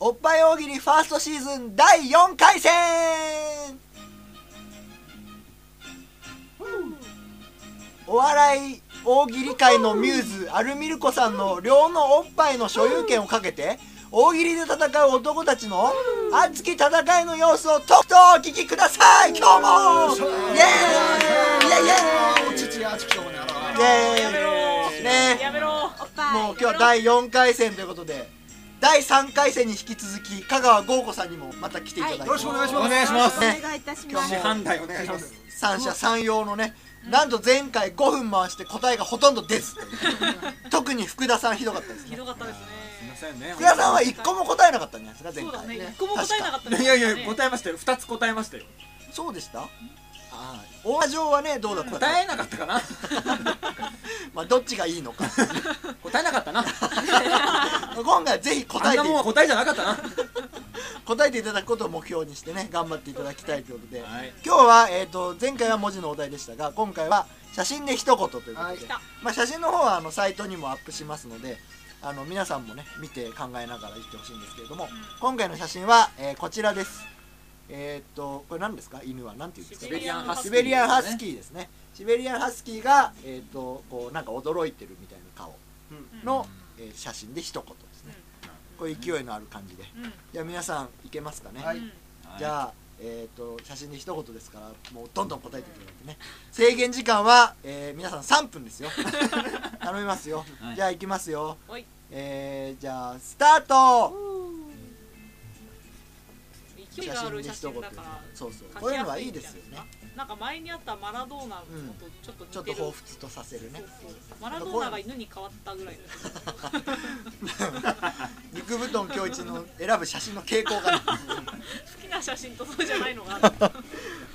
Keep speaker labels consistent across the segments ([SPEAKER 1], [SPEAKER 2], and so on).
[SPEAKER 1] おっぱい大喜利ファーストシーズン第4回戦お笑い大喜利界のミューズアルミルコさんの両のおっぱいの所有権をかけて大喜利で戦う男たちの熱き戦いの様子をとくとお聞きください今日もイエーイイエイイエイ
[SPEAKER 2] お乳がちくしょうがね
[SPEAKER 1] イエ
[SPEAKER 3] やめろ
[SPEAKER 1] ーイ
[SPEAKER 3] ー
[SPEAKER 1] ね
[SPEAKER 3] やめろ
[SPEAKER 4] おっぱい
[SPEAKER 1] もう今日は第4回戦ということで第3回戦に引き続き香川豪子さんにもまた来ていただいて、
[SPEAKER 4] はい
[SPEAKER 2] よろしくお願いします
[SPEAKER 5] お願いします
[SPEAKER 1] ね
[SPEAKER 4] お願いいたし
[SPEAKER 1] 今
[SPEAKER 4] ま
[SPEAKER 1] 日
[SPEAKER 4] す
[SPEAKER 1] も
[SPEAKER 5] 判断お願いします。
[SPEAKER 1] 三者三様のね、なんと前回5分回して答えがほとんど出ず特に福田さんひどかったです
[SPEAKER 3] ひ
[SPEAKER 1] ね
[SPEAKER 3] どかったです
[SPEAKER 5] すみま
[SPEAKER 3] ね
[SPEAKER 5] せんね。
[SPEAKER 1] 福田さんは1個も答えなかったんじゃないですか
[SPEAKER 3] そ
[SPEAKER 1] 前
[SPEAKER 3] うだね
[SPEAKER 1] 回
[SPEAKER 3] 一個も答えなか
[SPEAKER 1] っ
[SPEAKER 3] ったです
[SPEAKER 5] い
[SPEAKER 3] ね
[SPEAKER 5] やいや答えましたよ。二つ答えましたよ。
[SPEAKER 1] たそうでしたああ大城はねどうだった
[SPEAKER 5] 答えなかったかな。
[SPEAKER 1] まあどっちがいいのか
[SPEAKER 5] 答えなかったな。
[SPEAKER 1] 今回はぜひ
[SPEAKER 5] あ
[SPEAKER 1] 答
[SPEAKER 5] ん
[SPEAKER 1] え
[SPEAKER 5] な
[SPEAKER 1] て
[SPEAKER 5] もんは答えじゃなかったな。
[SPEAKER 1] 答えていただくことを目標にしてね頑張っていただきたいということで、
[SPEAKER 5] はい
[SPEAKER 1] 今日は、えー、と前回は文字のお題でしたが今回は写真で一言ということで、
[SPEAKER 2] はい
[SPEAKER 1] まあ、写真の方はあのサイトにもアップしますのであの皆さんもね見て考えながら言ってほしいんですけれども、今回の写真は、えーこちらですえっ、とこれ何ですか犬は何ていうんですか
[SPEAKER 3] シベリアンハスキー
[SPEAKER 1] シベリアンハスキーですねシベリアンハスキーが、えー、とこうなんか驚いてるみたいな顔の、えー写真で一言ですね、こういう勢いのある感じで
[SPEAKER 3] うんうん
[SPEAKER 1] じゃあ皆さんいけますかね、
[SPEAKER 2] はい
[SPEAKER 1] じゃあ、えー、と写真で一言ですからもうどんどん答えていただいてね制限時間は、えー皆さん3分ですよ頼みますよ、
[SPEAKER 5] はい
[SPEAKER 1] じゃあ行きますよ
[SPEAKER 3] おい
[SPEAKER 1] えー、じゃあスタート
[SPEAKER 3] 勢いがある写真だから
[SPEAKER 1] そうそう
[SPEAKER 3] 書
[SPEAKER 1] こう
[SPEAKER 3] き
[SPEAKER 1] いう
[SPEAKER 3] や
[SPEAKER 1] のは
[SPEAKER 3] す
[SPEAKER 1] いい
[SPEAKER 3] ん
[SPEAKER 1] で
[SPEAKER 3] じ
[SPEAKER 1] すよね
[SPEAKER 3] ゃなかなんか前にあったマラドーナのことちょっと
[SPEAKER 1] ちょっと
[SPEAKER 3] 似てる、
[SPEAKER 1] 彷彿とさせるね
[SPEAKER 3] そうそうマラドーナが犬に変わったぐらいだよね
[SPEAKER 1] 肉布団教一の選ぶ写真の傾向がね
[SPEAKER 3] 好きな写真とそうじゃないのがある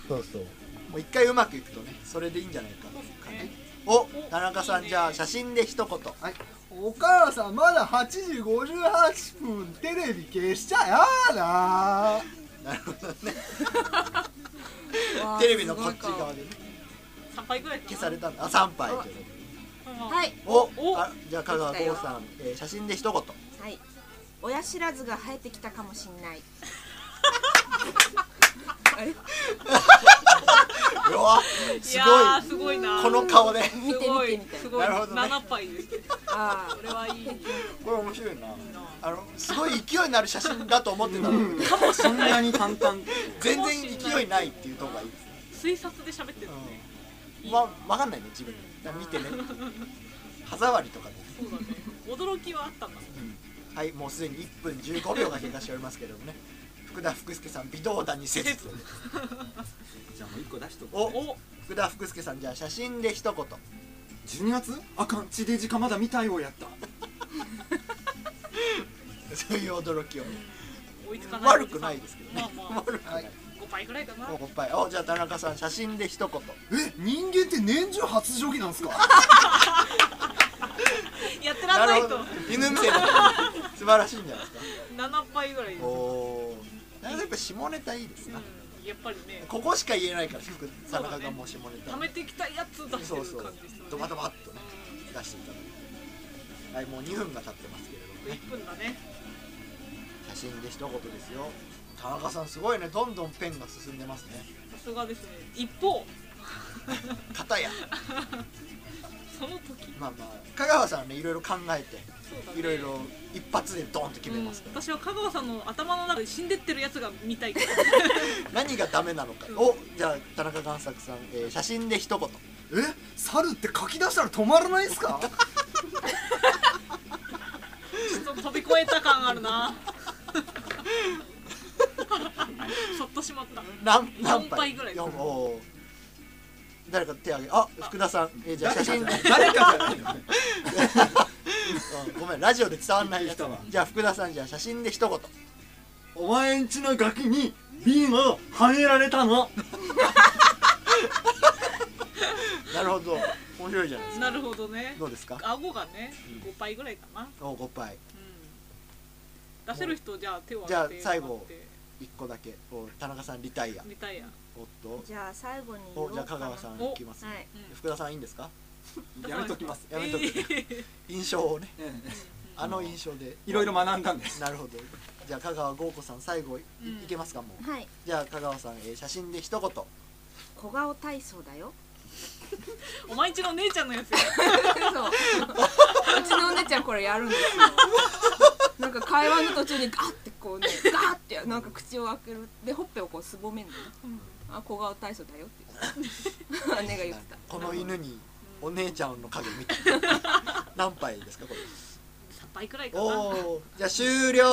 [SPEAKER 1] そうそうもう一回うまくいくとねそれでいいんじゃないか
[SPEAKER 3] そうです
[SPEAKER 1] かね
[SPEAKER 3] ね
[SPEAKER 1] お田中さ
[SPEAKER 3] いい
[SPEAKER 1] ん
[SPEAKER 3] ね
[SPEAKER 1] じゃあ写真で一言
[SPEAKER 2] お母さんまだ8時58分テレビ消しちゃやだ
[SPEAKER 1] なるほどね
[SPEAKER 4] わー
[SPEAKER 1] テレビのこっち側でね
[SPEAKER 3] 3杯ぐらいかな
[SPEAKER 1] 消されたんだあ3杯ということで
[SPEAKER 3] うん
[SPEAKER 4] はい
[SPEAKER 1] お
[SPEAKER 3] お
[SPEAKER 1] あじゃあ香川剛さん、えー写真で一 言
[SPEAKER 4] はい親知らずが生えてきたかもしんない
[SPEAKER 1] うわ
[SPEAKER 3] い
[SPEAKER 1] す
[SPEAKER 3] やー
[SPEAKER 1] ご
[SPEAKER 3] すごいない
[SPEAKER 1] この顔で
[SPEAKER 4] 見て
[SPEAKER 3] すごい
[SPEAKER 4] 見てみたい
[SPEAKER 3] すごい
[SPEAKER 1] なるほどね
[SPEAKER 3] 7杯ですね
[SPEAKER 4] あ
[SPEAKER 3] これはいいな
[SPEAKER 1] これ面白いなあのすごい勢いのある写真だと思ってたのに
[SPEAKER 5] そんなに簡単。
[SPEAKER 1] 全然勢いないっていうところがいいですね
[SPEAKER 3] 推察で喋ってるのね、
[SPEAKER 1] まわかんないね自分でだから見てね歯触りとかで
[SPEAKER 3] そうだね驚きはあったんだ
[SPEAKER 1] はいもうすでに1分15秒が経過しておりますけれどもね福田福助さん微動だにせず
[SPEAKER 5] じゃあもう一個出しとこう。
[SPEAKER 1] お
[SPEAKER 3] お
[SPEAKER 1] 福田福助さんじゃあ写真で一言
[SPEAKER 5] 十二月？あかん。地デジかまだ見たようやった。
[SPEAKER 1] そういう驚きをね
[SPEAKER 3] 追いつかない
[SPEAKER 1] 悪くないですけどね
[SPEAKER 3] まあまあ
[SPEAKER 1] 悪くない
[SPEAKER 3] 5杯ぐらいかな
[SPEAKER 1] もうおっぱいおじゃあ田中さん写真で一言
[SPEAKER 2] え人間って年中発情期なんですか
[SPEAKER 3] やってらんないと
[SPEAKER 1] ど犬目線素晴らしいんじゃないですか
[SPEAKER 3] 7杯ぐらいです
[SPEAKER 1] おおなんかやっぱ下ネタいいですな、
[SPEAKER 3] うんやっぱりね
[SPEAKER 1] ここしか言えないから福田中がもう下ネタ
[SPEAKER 3] 溜めてきたやつ出して
[SPEAKER 1] そう
[SPEAKER 3] る
[SPEAKER 1] そう
[SPEAKER 3] 感じですよね
[SPEAKER 1] ドバドバっとね出していただいてはいもう2分が経ってますけれどもね
[SPEAKER 3] 1分だね
[SPEAKER 1] 写真で一言ですよ田中さんすごいねどんどんペンが進んでますね
[SPEAKER 3] さすがですね一方
[SPEAKER 1] 片や
[SPEAKER 3] その時
[SPEAKER 1] まあまあ香川さんはねいろいろ考え
[SPEAKER 3] そうだ
[SPEAKER 1] て
[SPEAKER 3] ね
[SPEAKER 1] いろいろ一発でドンと決めますか
[SPEAKER 3] うん
[SPEAKER 1] ら、
[SPEAKER 3] 私は香川さんの頭の中で死んでってるやつが見たいから
[SPEAKER 1] 何がダメなのかをじゃあ田中贋作さん、えー写真で一言
[SPEAKER 2] え猿って書き出したら止まらないですか
[SPEAKER 3] ちょっと飛び越えた感あ るなそっとしまった
[SPEAKER 1] 何何
[SPEAKER 3] 四杯ぐらい
[SPEAKER 1] 四おー誰か手挙げあ福田さんえーじゃあ写真
[SPEAKER 5] 誰かじゃないよ。
[SPEAKER 1] うんごめんラジオで伝わんないやつ
[SPEAKER 5] いい人は
[SPEAKER 1] じゃあ福田さんじゃあ写真で一言
[SPEAKER 5] お前んちのガキに瓶をはめられたの。
[SPEAKER 1] なるほど面白いじゃないですか
[SPEAKER 3] なるほどね
[SPEAKER 1] どうですか
[SPEAKER 3] 顎がね5杯ぐらいかな、
[SPEAKER 1] お5杯
[SPEAKER 3] うん、出せる人じゃあ手を
[SPEAKER 1] じゃあ
[SPEAKER 3] 挙げて
[SPEAKER 1] 最後
[SPEAKER 3] もらって
[SPEAKER 1] 1個だけお田中さんリタイア
[SPEAKER 3] みたいや
[SPEAKER 1] おっ
[SPEAKER 4] ー
[SPEAKER 1] と
[SPEAKER 4] じゃあ最後に言お
[SPEAKER 1] お
[SPEAKER 4] う
[SPEAKER 1] じゃあ香
[SPEAKER 4] かな
[SPEAKER 1] 川さん
[SPEAKER 3] お
[SPEAKER 1] いきます
[SPEAKER 4] はい
[SPEAKER 3] うん
[SPEAKER 1] 福田さんいいんですか
[SPEAKER 5] やめときます。
[SPEAKER 1] やめとく
[SPEAKER 3] えー
[SPEAKER 1] 印象をね
[SPEAKER 5] ええ
[SPEAKER 1] あの印象で
[SPEAKER 6] いろいろ学んだんです
[SPEAKER 1] なるほどじゃあ香川豪子さん最後い,、
[SPEAKER 3] うん
[SPEAKER 1] けますかもう
[SPEAKER 4] はい
[SPEAKER 1] じゃあ香川さん、えー写真で一言
[SPEAKER 4] 小顔体操だよ
[SPEAKER 3] お前んちの姉ちゃんのやつや
[SPEAKER 7] そううちのお姉ちゃんこれやるんですよなんか会話の途中にガッてこうねガーってなんか口を開けるでほっぺをこうすぼめんのねあ小顔体操だよって姉が言ってた
[SPEAKER 1] この犬にお姉ちゃんの影見て何杯ですかこれ
[SPEAKER 3] 3杯くらいか
[SPEAKER 1] お
[SPEAKER 3] な
[SPEAKER 1] おじゃあ終了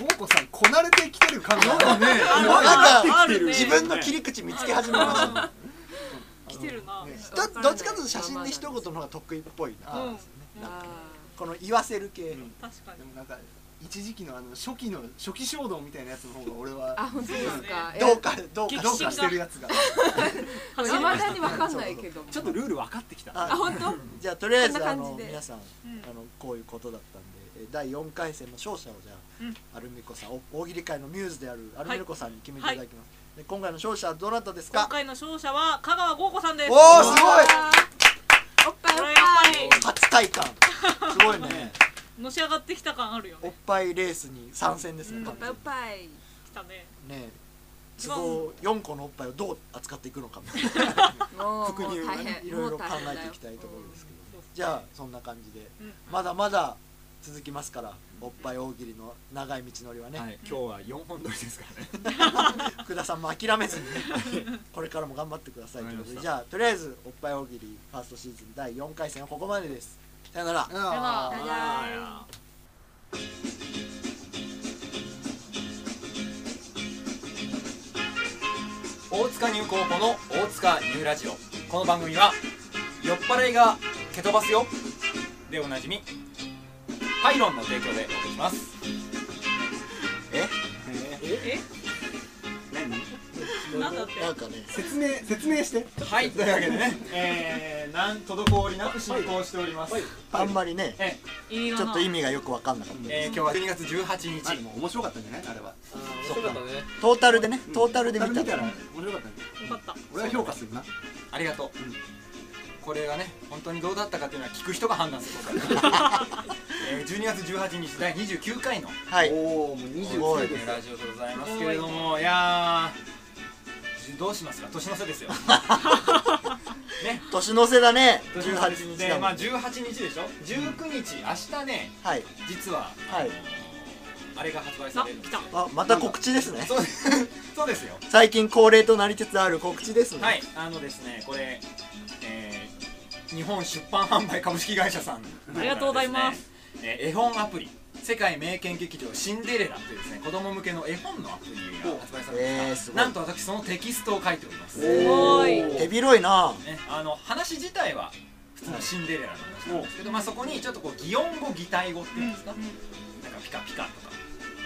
[SPEAKER 2] 豪子さんこなれてきてる感があるね
[SPEAKER 1] なんか
[SPEAKER 3] あるね
[SPEAKER 1] 自分の切り口見つけ始めましたね
[SPEAKER 3] 来てるな、
[SPEAKER 1] ねどどっちかというと写真で一言の方が得意っぽいな、
[SPEAKER 3] うん
[SPEAKER 1] なんか
[SPEAKER 7] あー
[SPEAKER 1] この言わせる系、
[SPEAKER 6] ん
[SPEAKER 3] 確か
[SPEAKER 2] で
[SPEAKER 3] に
[SPEAKER 2] もなんか一時期のあの初期の初期衝動みたいなやつの方が俺は
[SPEAKER 7] あ本当ですか
[SPEAKER 1] どうかどう
[SPEAKER 3] 激
[SPEAKER 1] か
[SPEAKER 2] どう
[SPEAKER 1] し
[SPEAKER 2] か
[SPEAKER 1] ら
[SPEAKER 2] してるやつが
[SPEAKER 7] い
[SPEAKER 3] 始ま
[SPEAKER 7] ま
[SPEAKER 3] る
[SPEAKER 7] だにわかんないけど
[SPEAKER 6] ちょっとルール分かってきた
[SPEAKER 7] あ
[SPEAKER 1] あ
[SPEAKER 7] 本当
[SPEAKER 1] じゃあとりあえず
[SPEAKER 7] こんな
[SPEAKER 1] あ
[SPEAKER 7] 感じ
[SPEAKER 1] の
[SPEAKER 7] で
[SPEAKER 1] 皆さん、
[SPEAKER 3] ん
[SPEAKER 1] あのこういうことだったんでえ第4回戦の勝者をじゃあ、
[SPEAKER 3] うん
[SPEAKER 1] アルミコさんお大喜利界のミューズであるアルミコさんに決めていただきます、で今回の勝者はどなたです
[SPEAKER 3] 今
[SPEAKER 1] か
[SPEAKER 3] 回の勝者は香川豪子さんです
[SPEAKER 1] おおすごい
[SPEAKER 7] おっぱいお
[SPEAKER 3] これ
[SPEAKER 7] っ
[SPEAKER 3] やっ
[SPEAKER 7] ぱい
[SPEAKER 3] ぱ
[SPEAKER 1] 初体感すごいね
[SPEAKER 3] りのし上がってきた感あるよ
[SPEAKER 1] おっ
[SPEAKER 3] ね
[SPEAKER 1] ぱいレースに参戦ですね、
[SPEAKER 3] うん
[SPEAKER 7] お
[SPEAKER 1] 完全
[SPEAKER 7] っぱいお
[SPEAKER 1] に
[SPEAKER 7] っぱい
[SPEAKER 3] 来たね
[SPEAKER 1] ね都合4個のおっぱいをどう扱っていくのかみたいな
[SPEAKER 7] もう
[SPEAKER 1] 副
[SPEAKER 7] も
[SPEAKER 1] 乳
[SPEAKER 7] う
[SPEAKER 1] が
[SPEAKER 7] 大
[SPEAKER 1] ね
[SPEAKER 7] 変
[SPEAKER 1] いろいろ考
[SPEAKER 7] もう大変
[SPEAKER 1] え
[SPEAKER 7] だ
[SPEAKER 1] てい
[SPEAKER 7] よ
[SPEAKER 1] きたいところですけど
[SPEAKER 3] そう
[SPEAKER 1] じゃあそんな感じで、
[SPEAKER 3] うん
[SPEAKER 1] まだまだ続きますからおっぱい大喜利の長い道のりはね、
[SPEAKER 6] はい、今日は4本撮りですからね
[SPEAKER 1] 福田さんも諦めずにねこれからも頑張ってくださいということでじゃあとりあえず「おっぱい大喜利」ファーストシーズン第4回戦はここまでですさよなら
[SPEAKER 2] うん
[SPEAKER 3] ら
[SPEAKER 7] ただーい
[SPEAKER 6] 大塚入高校の大塚ニューラジオこの番組は酔っ払いが蹴飛ばすよでおなじみパイロンの提供でお送りします
[SPEAKER 5] え
[SPEAKER 3] え
[SPEAKER 5] 何
[SPEAKER 3] なんだって
[SPEAKER 1] なんかね
[SPEAKER 2] 説明説明して
[SPEAKER 6] はいというわけでねえー、なん滞りなく進行しております、
[SPEAKER 1] あんまりね
[SPEAKER 6] え
[SPEAKER 3] いい
[SPEAKER 1] ち
[SPEAKER 3] よ
[SPEAKER 1] ょ
[SPEAKER 3] な
[SPEAKER 1] っと意味がよく分かんなかった
[SPEAKER 6] ーえー、今日は12月18
[SPEAKER 5] あで
[SPEAKER 6] 日
[SPEAKER 5] も面白かったんじゃないあれは
[SPEAKER 1] そうかトータルでねトータルで見
[SPEAKER 5] 見
[SPEAKER 1] た
[SPEAKER 5] たら
[SPEAKER 1] ら
[SPEAKER 5] 面白かったね
[SPEAKER 3] よかった
[SPEAKER 5] 俺は評価するな
[SPEAKER 6] ありがとう、これがね本当にどうだったかというのは聞く人が判断することえー、12月18日第29回の
[SPEAKER 1] はい
[SPEAKER 5] おおもう
[SPEAKER 1] すご
[SPEAKER 5] 29
[SPEAKER 1] い
[SPEAKER 5] です
[SPEAKER 6] ラジオでございますけれどもいやーどうしますか年の瀬ですよね
[SPEAKER 1] 年の瀬だね
[SPEAKER 6] 年の瀬です
[SPEAKER 1] 18日
[SPEAKER 6] で
[SPEAKER 1] だ
[SPEAKER 6] ま
[SPEAKER 1] も
[SPEAKER 6] あ
[SPEAKER 1] んね
[SPEAKER 6] 18日でしょ19日明日ね
[SPEAKER 1] はい
[SPEAKER 6] 実は、
[SPEAKER 1] はい
[SPEAKER 6] あのーあれが発売されるんですよ
[SPEAKER 3] あ
[SPEAKER 1] あ
[SPEAKER 3] 来
[SPEAKER 1] また告知ですね
[SPEAKER 6] そうそうですよ
[SPEAKER 1] 最近恒例となりつつある告知ですね
[SPEAKER 6] はいあのですねこれ、えー日本出版販売株式会社さん
[SPEAKER 3] ありがとうございます
[SPEAKER 6] す、えー絵本アプリ世界名犬劇場シンデレラというですね子供向けの絵本のアプリが発売されました、
[SPEAKER 1] えーすごい
[SPEAKER 6] なんと私そのテキストを書いております、ね、
[SPEAKER 3] すごい
[SPEAKER 1] 手広いな
[SPEAKER 6] あの話自体は普通のシンデレラの話なんですけど、まあ、そこにちょっとこう擬音語擬態語っていうんですか、なんかピカピカとか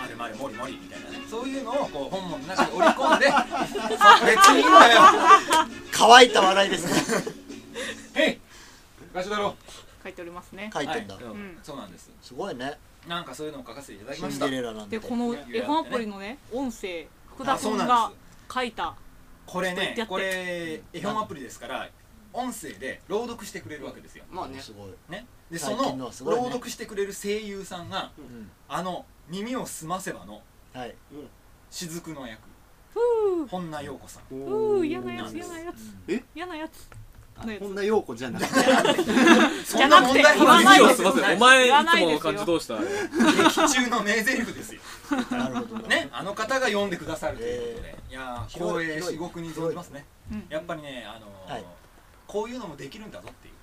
[SPEAKER 6] まるまるもりもりみたいなねそういうのをこう本文の中に織り込んでそう別にいいんだよ
[SPEAKER 1] 乾いた笑いですね
[SPEAKER 6] へい昔だろ
[SPEAKER 3] 書いておりますね
[SPEAKER 1] 書いてんだ
[SPEAKER 6] はいうんそうなんです
[SPEAKER 1] すごいね
[SPEAKER 6] なんかそういうのを書かせていただき
[SPEAKER 1] シ
[SPEAKER 6] ま
[SPEAKER 1] ン
[SPEAKER 6] した
[SPEAKER 1] デレラなん
[SPEAKER 3] で
[SPEAKER 1] で
[SPEAKER 3] この絵本アプリのね音声福田君
[SPEAKER 6] あそうな
[SPEAKER 3] が
[SPEAKER 6] んで
[SPEAKER 3] 書いた
[SPEAKER 6] これ
[SPEAKER 3] ちょっとやって
[SPEAKER 6] ねこれ絵本アプリですから音声で朗読してくれるわけですよ、
[SPEAKER 5] まあね
[SPEAKER 1] すごい
[SPEAKER 6] ね、でそ
[SPEAKER 1] 最
[SPEAKER 6] の
[SPEAKER 1] 近のはすごいね
[SPEAKER 6] 朗読してくれる声優さんが
[SPEAKER 1] うん
[SPEAKER 6] あの「耳をすませば」の
[SPEAKER 1] はい
[SPEAKER 6] 雫の役
[SPEAKER 3] ふう
[SPEAKER 6] 本名陽子さん
[SPEAKER 3] ふう嫌なや
[SPEAKER 6] なん
[SPEAKER 3] つ
[SPEAKER 6] で
[SPEAKER 3] 嫌
[SPEAKER 6] す
[SPEAKER 3] なやつ
[SPEAKER 5] え
[SPEAKER 3] 嫌なやつ
[SPEAKER 5] あ
[SPEAKER 3] のやつ
[SPEAKER 5] 本田陽子じゃなくて
[SPEAKER 6] そんな問題
[SPEAKER 3] じゃなくて
[SPEAKER 8] 耳
[SPEAKER 3] 言
[SPEAKER 8] を
[SPEAKER 3] わ
[SPEAKER 8] すませ
[SPEAKER 6] ない
[SPEAKER 8] お前いつもの感じどうしたあれ
[SPEAKER 6] 劇中の名台詞ですよ
[SPEAKER 1] なるほど
[SPEAKER 6] ね、あの方が読んでくださるということで、いやー
[SPEAKER 1] 広い
[SPEAKER 6] 光栄
[SPEAKER 1] 広い
[SPEAKER 6] 至極に存じますね
[SPEAKER 3] うん
[SPEAKER 6] やっぱりね、あのー
[SPEAKER 1] はい
[SPEAKER 6] こういうのもできるんだぞっていう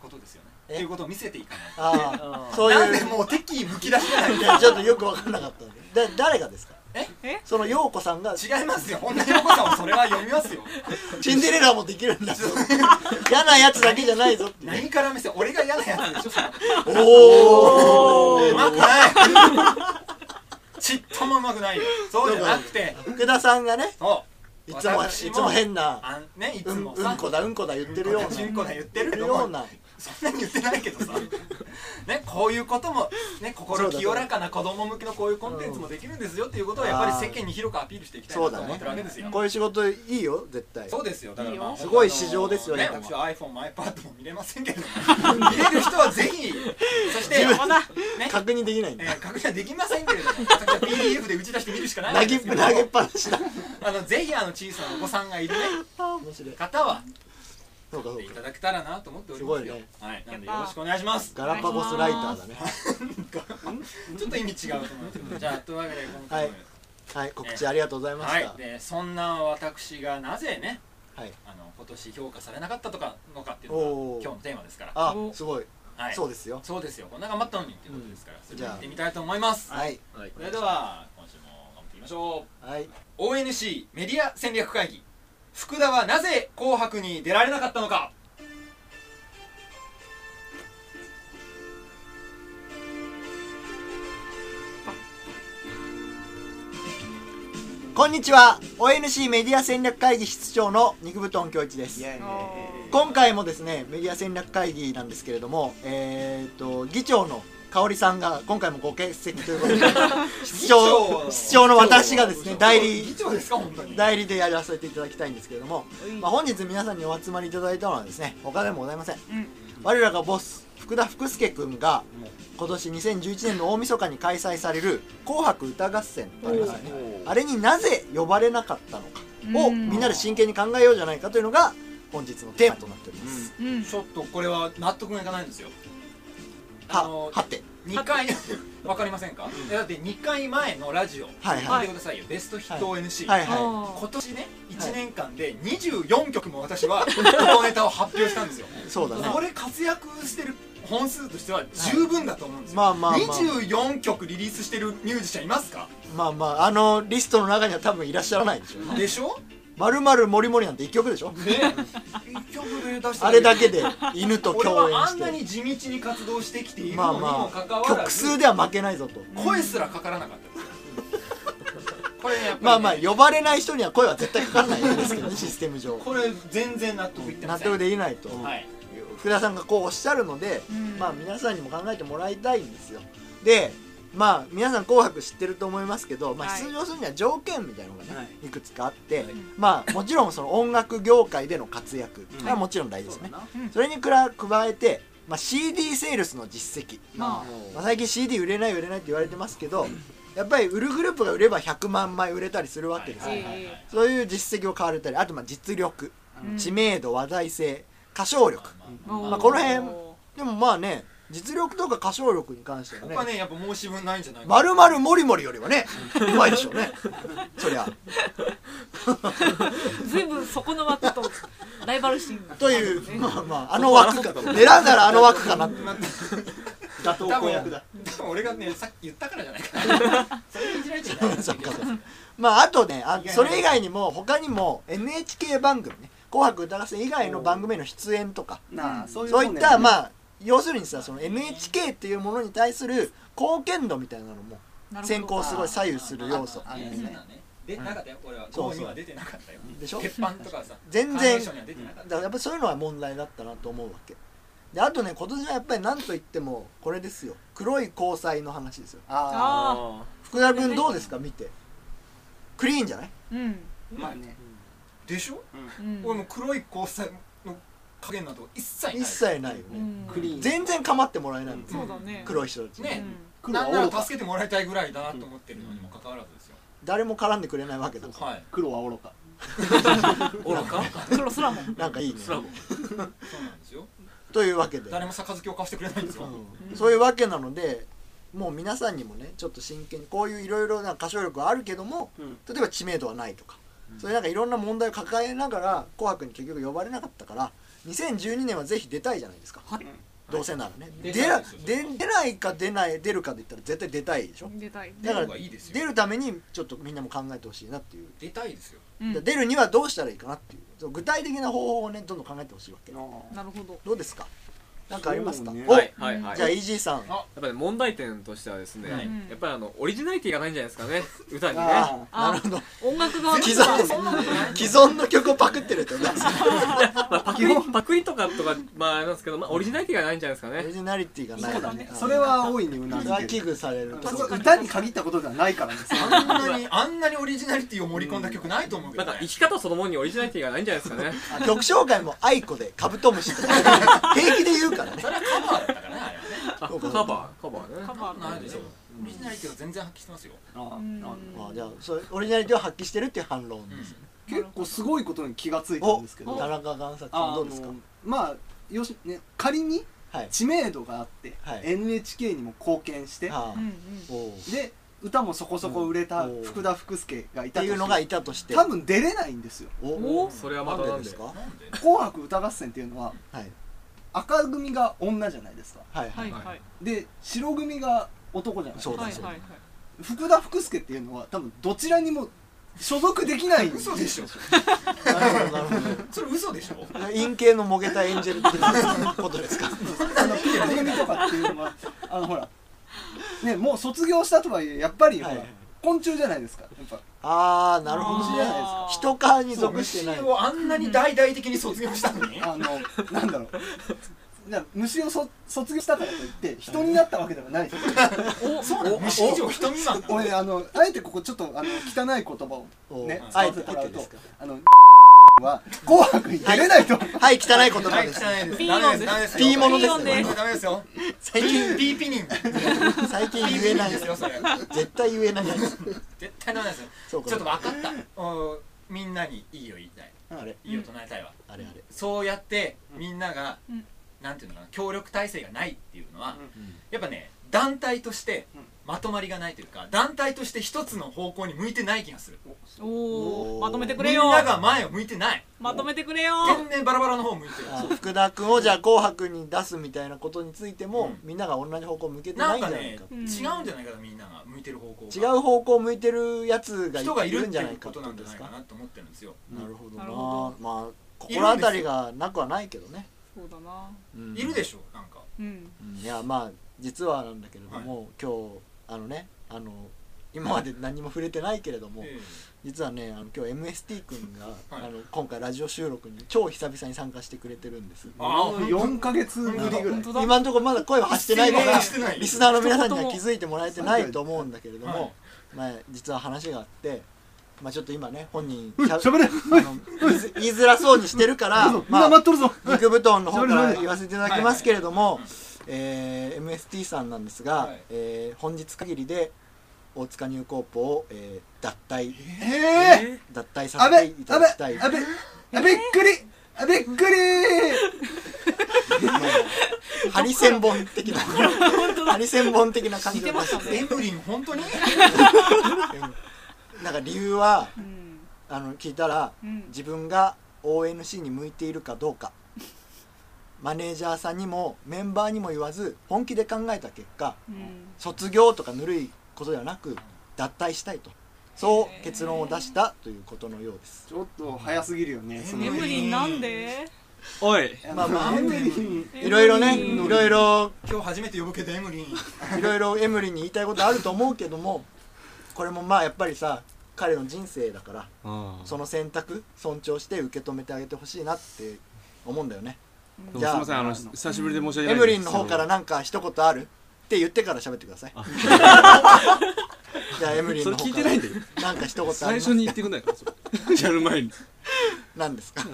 [SPEAKER 6] ことですよね
[SPEAKER 1] え
[SPEAKER 6] っていうことを見せていかない
[SPEAKER 1] ああそう
[SPEAKER 6] なん
[SPEAKER 1] い
[SPEAKER 6] で
[SPEAKER 1] う
[SPEAKER 6] もう敵意むき出しじゃない
[SPEAKER 1] いやちょっとよく分かんなかったんでだ誰がですか
[SPEAKER 6] え
[SPEAKER 3] え
[SPEAKER 1] その陽子さんがシ
[SPEAKER 6] 違いますよ、本田陽子さんもそれは読みま すよ
[SPEAKER 1] ンデレラもできるんだ嫌なやつだけじゃないぞっていう
[SPEAKER 6] 何から目線、俺が嫌なやつでしょそれ
[SPEAKER 1] おお
[SPEAKER 6] うまくないちっともうまくないよそうじゃなくて
[SPEAKER 1] 福田さんがね
[SPEAKER 6] そう
[SPEAKER 1] いつもい
[SPEAKER 6] 私
[SPEAKER 1] つも変な
[SPEAKER 6] あんね、いつ
[SPEAKER 1] うん
[SPEAKER 6] も
[SPEAKER 1] うん
[SPEAKER 6] さ
[SPEAKER 1] こだうんこだ言ってるような
[SPEAKER 6] ちんこだ言ってるけど
[SPEAKER 1] よう
[SPEAKER 6] も
[SPEAKER 1] な
[SPEAKER 6] そんなに言ってないけどさねこういうことも、ね、心清らかな子供向けのこういうコンテンツもできるんですよっていうことをやっぱり世間に広くアピールしていきたい
[SPEAKER 1] そう
[SPEAKER 6] なと
[SPEAKER 1] だ
[SPEAKER 6] 思っ
[SPEAKER 1] ね
[SPEAKER 6] てるわけですよ。
[SPEAKER 1] こういう仕事いいよ絶対
[SPEAKER 6] そうですよ。だから、まあ
[SPEAKER 3] いいよ
[SPEAKER 6] 本当
[SPEAKER 1] すごい市場ですよ
[SPEAKER 6] ね。
[SPEAKER 1] 豊
[SPEAKER 6] 私
[SPEAKER 1] か
[SPEAKER 6] は iPhone も iPad も見れません けれども、見れる人はぜひ、そして、ね、
[SPEAKER 1] 確認できないん
[SPEAKER 6] え
[SPEAKER 1] だ
[SPEAKER 6] ー確認はできませんけれども、私は PDF で打ち出して見るしかない
[SPEAKER 1] 投げ
[SPEAKER 6] んで
[SPEAKER 1] っ
[SPEAKER 6] す
[SPEAKER 1] ぱ
[SPEAKER 6] けど
[SPEAKER 1] 投げっぱなしだ
[SPEAKER 6] あのぜひあの小さなお子さんがいるね
[SPEAKER 1] 面白い
[SPEAKER 6] 方は
[SPEAKER 1] そうかそう
[SPEAKER 6] い
[SPEAKER 1] か
[SPEAKER 6] ただけたらなと思っておりますよ。
[SPEAKER 1] すごいね
[SPEAKER 6] はい。なんでよろしくお願いします。
[SPEAKER 1] ガラパゴスライターだね
[SPEAKER 6] ちょっと意味違うと思いますけど、じゃあというわけで今回も。
[SPEAKER 1] はい告知ありがとうございま
[SPEAKER 6] はい
[SPEAKER 1] し、た
[SPEAKER 6] でそんな私がなぜね、
[SPEAKER 1] はい
[SPEAKER 6] あの今年評価されなかったとかのかっていう
[SPEAKER 1] お
[SPEAKER 6] の
[SPEAKER 1] ー
[SPEAKER 6] が今日のテーマですから、
[SPEAKER 1] あすごい
[SPEAKER 6] はい、
[SPEAKER 1] そうですよ
[SPEAKER 6] そうですよこんな頑張ったのにっていうことですから、
[SPEAKER 1] ん
[SPEAKER 6] それで行ってみたいと思います、
[SPEAKER 1] はい
[SPEAKER 8] はい
[SPEAKER 6] それでは今週も頑張っていきましょ
[SPEAKER 1] はい、
[SPEAKER 6] う ONC メディア戦略会議福田はなぜ「紅白」に出られなかったのか
[SPEAKER 1] こんにちは ONC メディア戦略会議室長の肉布団京一です今回もですねメディア戦略会議なんですけれどもえっ、と議長の香織さんが今回もご欠席という ことで室長室長の私がですね代理
[SPEAKER 6] 議長ですか本当に
[SPEAKER 1] 代理でやらせていただきたいんですけれども、
[SPEAKER 3] い
[SPEAKER 1] まあ、本日皆さんにお集まりいただいたのはですね他でもございません、我らがボス福田福助君が今年2011年の大晦日に開催される「紅白歌合戦」とありますよねあれになぜ呼ばれなかったのかを
[SPEAKER 3] うん
[SPEAKER 1] みんなで真剣に考えようじゃないかというのが本日のテーマとなっております、
[SPEAKER 3] うん
[SPEAKER 6] ちょっとこれは納得がいかないんですよあ
[SPEAKER 1] は
[SPEAKER 6] の
[SPEAKER 1] はて
[SPEAKER 6] 2回 わかりませんか、えだって2回前のラジオ、
[SPEAKER 1] はい
[SPEAKER 6] 聞い
[SPEAKER 1] は
[SPEAKER 6] て
[SPEAKER 1] い
[SPEAKER 6] くださいよベストヒッ
[SPEAKER 1] は
[SPEAKER 6] ト ONC、
[SPEAKER 1] はいは
[SPEAKER 3] あ
[SPEAKER 6] 今年ね1年間で24曲も 私はこのネタを発表したんですよ
[SPEAKER 1] いそうだね
[SPEAKER 6] これ活躍してる本数としては十分だと思うんですよ、
[SPEAKER 1] まあまあまあ
[SPEAKER 6] 24曲リリースしてるミュージシャンいますか
[SPEAKER 1] まあまああのリストの中には多分いらっしゃらないでしょ
[SPEAKER 6] でしょ
[SPEAKER 1] 「まるまるもりもり」なんて1曲でしょ
[SPEAKER 6] ね1曲で出して
[SPEAKER 1] あれだけで犬と
[SPEAKER 6] 俺
[SPEAKER 1] 共
[SPEAKER 6] は
[SPEAKER 1] 演
[SPEAKER 6] あ
[SPEAKER 1] し
[SPEAKER 6] んな
[SPEAKER 1] て
[SPEAKER 6] に地道に活動してきている
[SPEAKER 1] まあ
[SPEAKER 6] のにも
[SPEAKER 1] ま
[SPEAKER 6] かか
[SPEAKER 1] あ
[SPEAKER 6] わら
[SPEAKER 1] 曲
[SPEAKER 6] ず、
[SPEAKER 1] 数では負けないぞと
[SPEAKER 6] 声すらかからなかったですよこれねやっぱりね、
[SPEAKER 1] まあまあ呼ばれない人には声は絶対かからないんですけどねシステム上
[SPEAKER 6] これ全然納得いってま
[SPEAKER 1] 納
[SPEAKER 6] せん
[SPEAKER 1] 得できないと
[SPEAKER 6] はい
[SPEAKER 1] 福田さんがこうおっしゃるので
[SPEAKER 3] うん
[SPEAKER 1] まあ皆さんにも考えてもらいたいんですよでまあ皆さん「紅白」知ってると思いますけど、まあ、
[SPEAKER 3] はい
[SPEAKER 1] 出場するには条件みたいなのがね、、
[SPEAKER 5] はい
[SPEAKER 1] くつかあって、まあもちろんその音楽業界での活躍がもちろん大事ですね、それにくら加えて、まあ、CD セールスの実績、
[SPEAKER 3] ま
[SPEAKER 1] まあ、最近 CD 売れない売れないって言われてますけどやっぱり売るグループが売れば100万枚売れたりするわけです
[SPEAKER 3] あ
[SPEAKER 1] よ、
[SPEAKER 3] ええ
[SPEAKER 1] そういう実績を買われたりあとまあ実力、
[SPEAKER 3] うん
[SPEAKER 1] 知名度話題性歌唱力
[SPEAKER 3] ま
[SPEAKER 1] まあこの辺でもまあね実力とか歌唱力に関してはね
[SPEAKER 6] 僕はねやっぱ申し分ないんじゃないかな
[SPEAKER 1] まるまるもりもりよりはねうまいでしょうねそりゃ
[SPEAKER 3] ずいぶんそこの枠とライバル心 が
[SPEAKER 1] というまあまああの枠か狙うならあの枠かなって 打倒
[SPEAKER 6] 多分
[SPEAKER 1] 公約だ
[SPEAKER 6] 多分俺がねさっき言ったからじゃないかなそれでいじられちゃったんです
[SPEAKER 1] そっ
[SPEAKER 6] よ
[SPEAKER 1] かそっかまああとねあそれ以外にも他にも NHK 番組ね「紅白歌合戦」以外の番組への出演とか
[SPEAKER 2] なあそういう
[SPEAKER 1] そういった
[SPEAKER 2] あ
[SPEAKER 1] まあ要するにさその NHK っていうものに対する貢献度みたいなのも
[SPEAKER 3] なるほど
[SPEAKER 1] 選考すごい左右する要素
[SPEAKER 2] あれ
[SPEAKER 6] そうだ
[SPEAKER 2] ね
[SPEAKER 6] ねでなかったよ俺は
[SPEAKER 1] そうそう
[SPEAKER 6] 5には出てなかったよ
[SPEAKER 1] でしょ
[SPEAKER 6] 鉄板とかさ
[SPEAKER 1] 全
[SPEAKER 6] カーネー
[SPEAKER 1] 然
[SPEAKER 6] ションには出てなか
[SPEAKER 1] だ
[SPEAKER 6] っ
[SPEAKER 1] からやっぱりそういうのは問題だったなと思うわけであとね今年はやっぱり何といってもこれですよ黒い交際の話ですよ
[SPEAKER 2] あ
[SPEAKER 3] あ
[SPEAKER 8] あ
[SPEAKER 1] 福田君どうですか見てクリーンじゃない
[SPEAKER 3] あうん
[SPEAKER 2] ーまあね
[SPEAKER 6] たでしょ
[SPEAKER 3] うん
[SPEAKER 6] 俺もう黒い交際の加減など一切ない
[SPEAKER 1] 一切ないよ
[SPEAKER 3] う
[SPEAKER 1] ね
[SPEAKER 3] ん
[SPEAKER 2] クリーン
[SPEAKER 1] 全然構ってもらえないもん
[SPEAKER 3] そうだね
[SPEAKER 1] 黒い人たちに
[SPEAKER 6] ね
[SPEAKER 2] 黒
[SPEAKER 6] な
[SPEAKER 2] は
[SPEAKER 6] んな
[SPEAKER 2] 愚
[SPEAKER 6] ら
[SPEAKER 2] か
[SPEAKER 6] 助けてもらいたいぐらいだなと思ってるのにもかかわらずですよ
[SPEAKER 1] 誰も絡んでくれないわけだか
[SPEAKER 6] はい
[SPEAKER 2] 黒は愚か
[SPEAKER 8] 愚か
[SPEAKER 3] 黒すらも
[SPEAKER 1] らなんかいいね
[SPEAKER 8] スラボ
[SPEAKER 6] そうなんですよ
[SPEAKER 1] というわけで
[SPEAKER 6] 誰も杯を貸してくれないんですよ
[SPEAKER 1] うんそういうわけなのでもう皆さんにもねちょっと真剣にこういういろいろな歌唱力はあるけども、
[SPEAKER 2] うん
[SPEAKER 1] 例えば知名度はないとか、そういうなんかいろんな問題を抱えながら「紅白」に結局呼ばれなかったから2012年はぜひ出たいじゃないですか、
[SPEAKER 3] はい
[SPEAKER 1] どうせならね、
[SPEAKER 6] 出
[SPEAKER 1] 出
[SPEAKER 6] たい
[SPEAKER 1] ら
[SPEAKER 6] ですよ
[SPEAKER 1] 出出ないか出ない出るかで言ったら絶対出たいでしょ
[SPEAKER 3] 出たい
[SPEAKER 1] だから
[SPEAKER 6] 出る方がいいですよ
[SPEAKER 1] 出るためにちょっとみんなも考えてほしいなっていう、
[SPEAKER 6] 出たいですよ
[SPEAKER 3] うん
[SPEAKER 1] 出るにはどうしたらいいかなっていうそう具体的な方法をねどんどん考えてほしいわけ
[SPEAKER 2] あ
[SPEAKER 3] なるほど
[SPEAKER 1] どうですかなんかありますか、
[SPEAKER 5] そうね
[SPEAKER 1] お、
[SPEAKER 8] はいはいはい
[SPEAKER 1] じゃあイージーさん
[SPEAKER 6] あ
[SPEAKER 8] やっぱり問題点としてはですね、
[SPEAKER 6] はい
[SPEAKER 8] やっぱりあのオリジナリティがないんじゃないですかね歌にね
[SPEAKER 1] ああ
[SPEAKER 3] あ
[SPEAKER 1] なるほど
[SPEAKER 3] 音楽側の
[SPEAKER 1] 既存
[SPEAKER 6] そんなことない
[SPEAKER 1] 既存の曲をパクってるってことですね
[SPEAKER 8] まあ、パクリパクリとかとかまああれなんですけど、まあ、オリジナリティがないんじゃないですか
[SPEAKER 1] オ
[SPEAKER 8] ね
[SPEAKER 1] リジナリティがない
[SPEAKER 2] そうだねそれは大いにうな
[SPEAKER 1] それは
[SPEAKER 2] ず
[SPEAKER 1] 危
[SPEAKER 2] ける
[SPEAKER 1] 惧されるとこ
[SPEAKER 2] そう歌に限ったことではないからね
[SPEAKER 6] あんなにあんなにオリジナリティを盛り込んだ曲ないと思うけ
[SPEAKER 8] な
[SPEAKER 6] ど
[SPEAKER 8] んか
[SPEAKER 6] ね
[SPEAKER 8] 生き方そのものにオリジナリティがないんじゃないですかね
[SPEAKER 1] あ曲紹介も「アイコで「カブトムシ」とか平気で言うからね
[SPEAKER 6] それはカバーだったからねあれはね
[SPEAKER 8] あカ
[SPEAKER 1] そう
[SPEAKER 8] バ
[SPEAKER 1] か
[SPEAKER 8] ーカバーね
[SPEAKER 3] カバー
[SPEAKER 6] な
[SPEAKER 3] の
[SPEAKER 6] いでしょオリジナリティは全然発揮してますよ
[SPEAKER 2] あ
[SPEAKER 1] まあじゃあそれオリジナリティを発揮してるっていう反論です、
[SPEAKER 2] 結構すごいことに気がついた
[SPEAKER 1] お
[SPEAKER 2] んですけど
[SPEAKER 1] 田中贋作さん
[SPEAKER 2] あ
[SPEAKER 1] ど
[SPEAKER 2] の
[SPEAKER 1] うですか
[SPEAKER 2] まあよし、ね、仮に
[SPEAKER 1] はい
[SPEAKER 2] 知名度があって、
[SPEAKER 1] はい
[SPEAKER 2] NHK にも貢献して、
[SPEAKER 1] はあ
[SPEAKER 3] うん
[SPEAKER 1] おうっ
[SPEAKER 2] で歌もそこそこ売れた
[SPEAKER 1] うん
[SPEAKER 2] 福田福助がい
[SPEAKER 1] て
[SPEAKER 2] たと
[SPEAKER 1] いうのがいたとして
[SPEAKER 2] 多分出れないんですよ
[SPEAKER 1] お
[SPEAKER 8] おそれはまた
[SPEAKER 1] な
[SPEAKER 8] なんん
[SPEAKER 1] でで
[SPEAKER 8] で
[SPEAKER 1] すかは
[SPEAKER 6] なんで
[SPEAKER 2] 「紅白歌合戦」っていうのはい赤組が女じゃないですか
[SPEAKER 1] はい
[SPEAKER 3] は
[SPEAKER 1] はいい
[SPEAKER 3] はいはい
[SPEAKER 2] で白組が男じゃないです
[SPEAKER 1] そう
[SPEAKER 2] か
[SPEAKER 1] だ
[SPEAKER 3] はい
[SPEAKER 1] そう
[SPEAKER 3] はい
[SPEAKER 1] だ
[SPEAKER 2] 福田福助っていうのは多分どちらにも所属できないんです
[SPEAKER 6] 嘘でしょ
[SPEAKER 1] なるほどなるほ
[SPEAKER 6] それ嘘でしょ
[SPEAKER 1] ど陰茎のもげたエンジェル的なことですか
[SPEAKER 2] あの黒組とかっていうのはあのほらねもう卒業したとはいえやっぱりほら、
[SPEAKER 1] はい
[SPEAKER 2] 昆虫じゃないですかやっぱ
[SPEAKER 1] ああなるほ
[SPEAKER 2] 虫
[SPEAKER 1] ど
[SPEAKER 2] じゃないです
[SPEAKER 1] 人
[SPEAKER 2] か
[SPEAKER 1] 間に属して
[SPEAKER 6] 虫
[SPEAKER 1] ない
[SPEAKER 6] をあんなに大々的に卒業したのに
[SPEAKER 2] あのなんだろうじゃあ虫をそ卒業したからといって人になったわけではないです
[SPEAKER 6] そうなの虫以上人未満なの
[SPEAKER 2] 俺あのあえてここちょっとあの汚い言葉をね
[SPEAKER 1] お
[SPEAKER 2] 使
[SPEAKER 1] あえ
[SPEAKER 2] わせ
[SPEAKER 1] て
[SPEAKER 2] てもら
[SPEAKER 1] あえ
[SPEAKER 2] う
[SPEAKER 1] てで
[SPEAKER 2] と
[SPEAKER 1] すか
[SPEAKER 2] あのは紅白に出れないと、
[SPEAKER 1] はい汚い言葉
[SPEAKER 6] はい汚い
[SPEAKER 1] で
[SPEAKER 6] ですす
[SPEAKER 3] ピー
[SPEAKER 6] ダ
[SPEAKER 3] ヨ
[SPEAKER 6] メ
[SPEAKER 3] ン
[SPEAKER 6] です
[SPEAKER 3] です
[SPEAKER 6] ダメです
[SPEAKER 1] ピーモノです
[SPEAKER 3] ピーヨンです
[SPEAKER 6] ダメですよ
[SPEAKER 1] 最
[SPEAKER 6] ピ
[SPEAKER 1] 近
[SPEAKER 6] ーピーピニン
[SPEAKER 1] 最近
[SPEAKER 6] ピ
[SPEAKER 1] 言
[SPEAKER 6] ー
[SPEAKER 1] え
[SPEAKER 6] ピニ
[SPEAKER 1] な
[SPEAKER 6] ン
[SPEAKER 1] い
[SPEAKER 6] ですよそれ
[SPEAKER 1] 絶対言えないやつ
[SPEAKER 6] 絶対ダメですよ
[SPEAKER 1] そうか
[SPEAKER 6] ちょっと分かったおみんなにいいよ言いたい
[SPEAKER 1] あれ
[SPEAKER 6] いいよ唱えたいわ
[SPEAKER 1] あれあれ
[SPEAKER 6] そうやってみんなが
[SPEAKER 3] うん
[SPEAKER 6] なんていうのかな協力体制がないっていうのは
[SPEAKER 1] ん
[SPEAKER 6] やっぱね団体として
[SPEAKER 2] うん
[SPEAKER 6] まとまりがないというか団体として一つの方向に向いてない気がする
[SPEAKER 3] お
[SPEAKER 1] おー
[SPEAKER 3] おまとめてく
[SPEAKER 6] み
[SPEAKER 3] れ
[SPEAKER 6] ん
[SPEAKER 3] よ
[SPEAKER 6] なが前を向いてない
[SPEAKER 3] まとめてくれよ
[SPEAKER 6] 天然バラバラの方向いてる
[SPEAKER 1] あ福田君をじゃあ「紅白」に出すみたいなことについても、
[SPEAKER 6] う
[SPEAKER 1] みんなが同じ方向向けて
[SPEAKER 6] な
[SPEAKER 1] ない
[SPEAKER 6] ん
[SPEAKER 1] んじ
[SPEAKER 6] か
[SPEAKER 1] ゃない
[SPEAKER 6] ね
[SPEAKER 1] か
[SPEAKER 6] 違うんじゃないかなみんなが向いてる方向
[SPEAKER 1] 違
[SPEAKER 6] が
[SPEAKER 1] う方向向いてるやつが
[SPEAKER 6] 人がいる
[SPEAKER 1] ん
[SPEAKER 6] っ
[SPEAKER 1] じ
[SPEAKER 6] て
[SPEAKER 1] ゃ
[SPEAKER 6] い
[SPEAKER 1] ないうか
[SPEAKER 6] こ
[SPEAKER 1] って
[SPEAKER 6] と
[SPEAKER 1] こ
[SPEAKER 6] な
[SPEAKER 1] とで
[SPEAKER 6] んじゃな
[SPEAKER 1] す
[SPEAKER 6] い
[SPEAKER 1] か
[SPEAKER 6] かなと思ってるんですよ
[SPEAKER 1] なるほどな
[SPEAKER 3] なるほ
[SPEAKER 1] まあ心当たりがなくはないけどね、
[SPEAKER 3] そうだな
[SPEAKER 1] うん
[SPEAKER 6] いるでしょなんか
[SPEAKER 3] うん
[SPEAKER 1] うんいやまあ実はなんだけれども、今日あのねあの今まで何も触れてないけれども、
[SPEAKER 6] え
[SPEAKER 1] 実はねあの今日 MST 君が、
[SPEAKER 6] はい
[SPEAKER 1] あの今回ラジオ収録に超久々に参加してくれてるんです
[SPEAKER 6] えああ
[SPEAKER 2] 4か月ぶりぐらい
[SPEAKER 3] 本当だ
[SPEAKER 1] 今のところまだ声を発してないから
[SPEAKER 6] してない
[SPEAKER 1] リスナーの皆さんには気づいてもらえてないと思うんだけれども、まあ、実は話があって、まあ、ちょっと今ね本人しゃ
[SPEAKER 2] しゃべれ
[SPEAKER 1] あの言いづ言いづらそうにしてるから
[SPEAKER 2] どうぞ、みん
[SPEAKER 1] ま
[SPEAKER 2] な
[SPEAKER 1] あ
[SPEAKER 2] 待っ、とるぞ
[SPEAKER 1] 肉布団の方か
[SPEAKER 2] しゃべ
[SPEAKER 1] ら
[SPEAKER 2] れ
[SPEAKER 1] 言わせていただきますけれども
[SPEAKER 6] はいはい、
[SPEAKER 1] えー MST さんなんですが、
[SPEAKER 6] はい
[SPEAKER 1] えー本日限りで大塚入高校を、えー脱退
[SPEAKER 2] ええー
[SPEAKER 1] 脱退さ
[SPEAKER 2] あべ
[SPEAKER 1] せてい
[SPEAKER 2] あ
[SPEAKER 1] た
[SPEAKER 2] べ
[SPEAKER 1] だきたい。
[SPEAKER 2] あべあびっくりあびっくり
[SPEAKER 1] ハリセンボン的なハリセンボン的な感じ
[SPEAKER 3] 似てましたね
[SPEAKER 6] エムリン本当に
[SPEAKER 1] うんなんか理由は
[SPEAKER 3] うん
[SPEAKER 1] あの聞いたら
[SPEAKER 3] うん
[SPEAKER 1] 自分が ONC に向いているかどうかマネージャーさんにもメンバーにも言わず本気で考えた結果
[SPEAKER 3] うん
[SPEAKER 1] 卒業とかぬるいことではなく脱退したいとそう結論を出したということのようです
[SPEAKER 2] ちょっと早すぎるよねその
[SPEAKER 3] エムリンなんで
[SPEAKER 8] おい
[SPEAKER 2] まあまあエムリン
[SPEAKER 1] いろいろね
[SPEAKER 3] エムリン
[SPEAKER 1] いろいろ
[SPEAKER 6] 今日初めて呼ぶけどエムリン
[SPEAKER 1] いろいろエムリンに言いたいことあると思うけどもこれもまあやっぱりさ彼の人生だからその選択尊重して受け止めてあげてほしいなって思うんだよね
[SPEAKER 8] でも
[SPEAKER 1] じ
[SPEAKER 8] す
[SPEAKER 1] ゃあ
[SPEAKER 8] みませんあの久しぶりで申し訳ない
[SPEAKER 1] エ
[SPEAKER 8] ん
[SPEAKER 1] ム
[SPEAKER 8] です
[SPEAKER 1] リンの方からなんか一言あるって言ってから喋ってくださいじゃあエムリン
[SPEAKER 8] そ
[SPEAKER 1] の
[SPEAKER 8] れ
[SPEAKER 1] 方
[SPEAKER 8] 聞い
[SPEAKER 1] か
[SPEAKER 8] て
[SPEAKER 1] ら
[SPEAKER 8] ないんだよ
[SPEAKER 1] なんか一言あ
[SPEAKER 8] 最
[SPEAKER 1] りま
[SPEAKER 8] 初
[SPEAKER 1] す
[SPEAKER 8] に言ってくんないから それやる前に
[SPEAKER 1] 何ですか